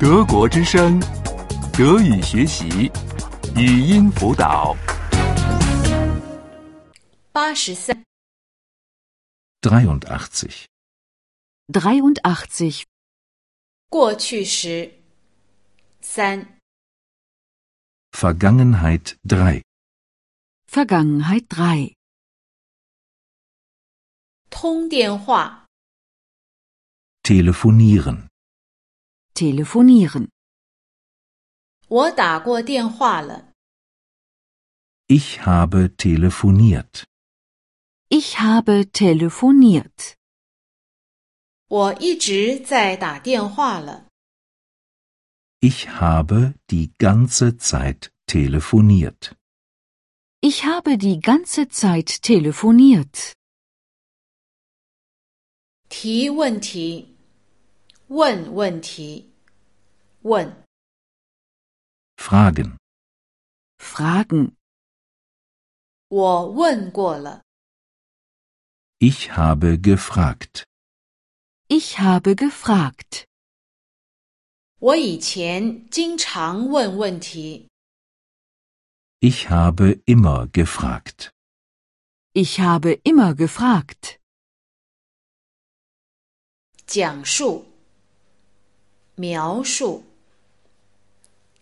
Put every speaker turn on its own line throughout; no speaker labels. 德国之声，德语学习，语音辅导。
八十三，
83.
83.
过去时。三，
Vergangenheit 3.
Vergangenheit 3.
通电话。
Telefonieren.
Telefonieren.
我打过电话了。
Ich habe telefoniert.
Ich habe telefoniert.
我一直在打电话了。
Ich habe die ganze Zeit telefoniert.
Ich habe die ganze Zeit telefoniert.
提问题，问问题，问。
Fragen.
Fragen.
我问过了。
Ich habe gefragt.
Ich habe gefragt.
我以前经常问问题。
Ich habe immer gefragt.
Ich habe immer gefragt.
讲述、描述、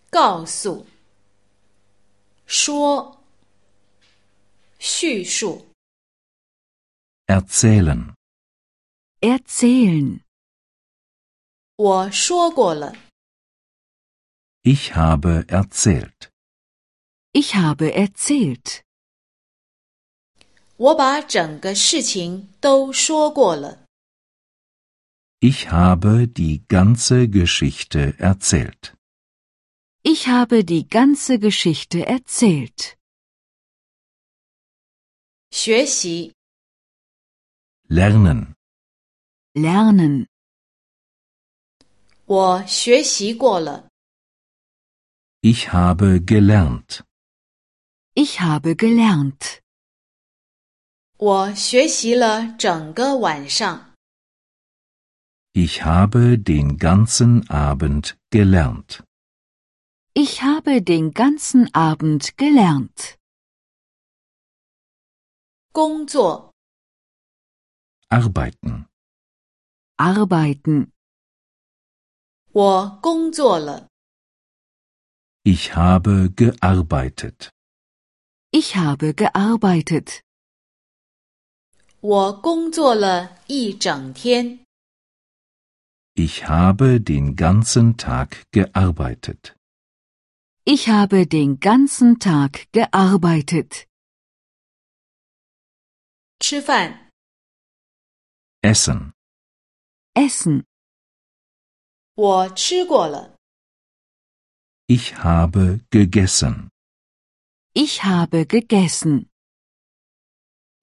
告诉、说、叙述。
Erzählen.
Erzählen.
我说过了，
Ich habe erzählt.
Ich habe erzählt.
我把整个事情都说过了。
Ich habe die ganze Geschichte erzählt.
Ich habe die ganze Geschichte erzählt.
学习
Lernen.
Lernen.
我学习过了，
Ich habe gelernt.
Ich habe gelernt.
我学习了整个晚上。
Ich habe den ganzen Abend gelernt.
Ich habe den ganzen Abend gelernt.
工作
Arbeiten.
Arbeiten.
我工作了，
Ich habe gearbeitet.
Ich habe gearbeitet.
我工作了一整天。
Ich habe den ganzen Tag gearbeitet.
Ich habe den ganzen Tag gearbeitet.
吃饭
Essen.
Essen.
我吃过了。
Ich habe gegessen.
Ich habe gegessen.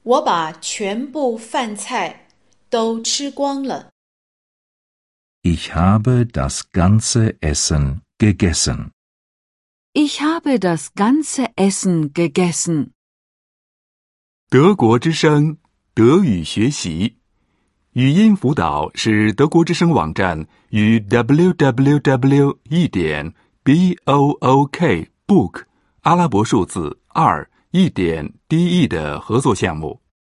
我把全部饭菜都吃光了。
Ich habe das ganze Essen gegessen.
Ich habe das ganze Essen gegessen.
德国之声，德语学习，语音辅导是德国之声网站与 www. 一点 b o o k book 阿拉伯数字二一点 d e 的合作项目。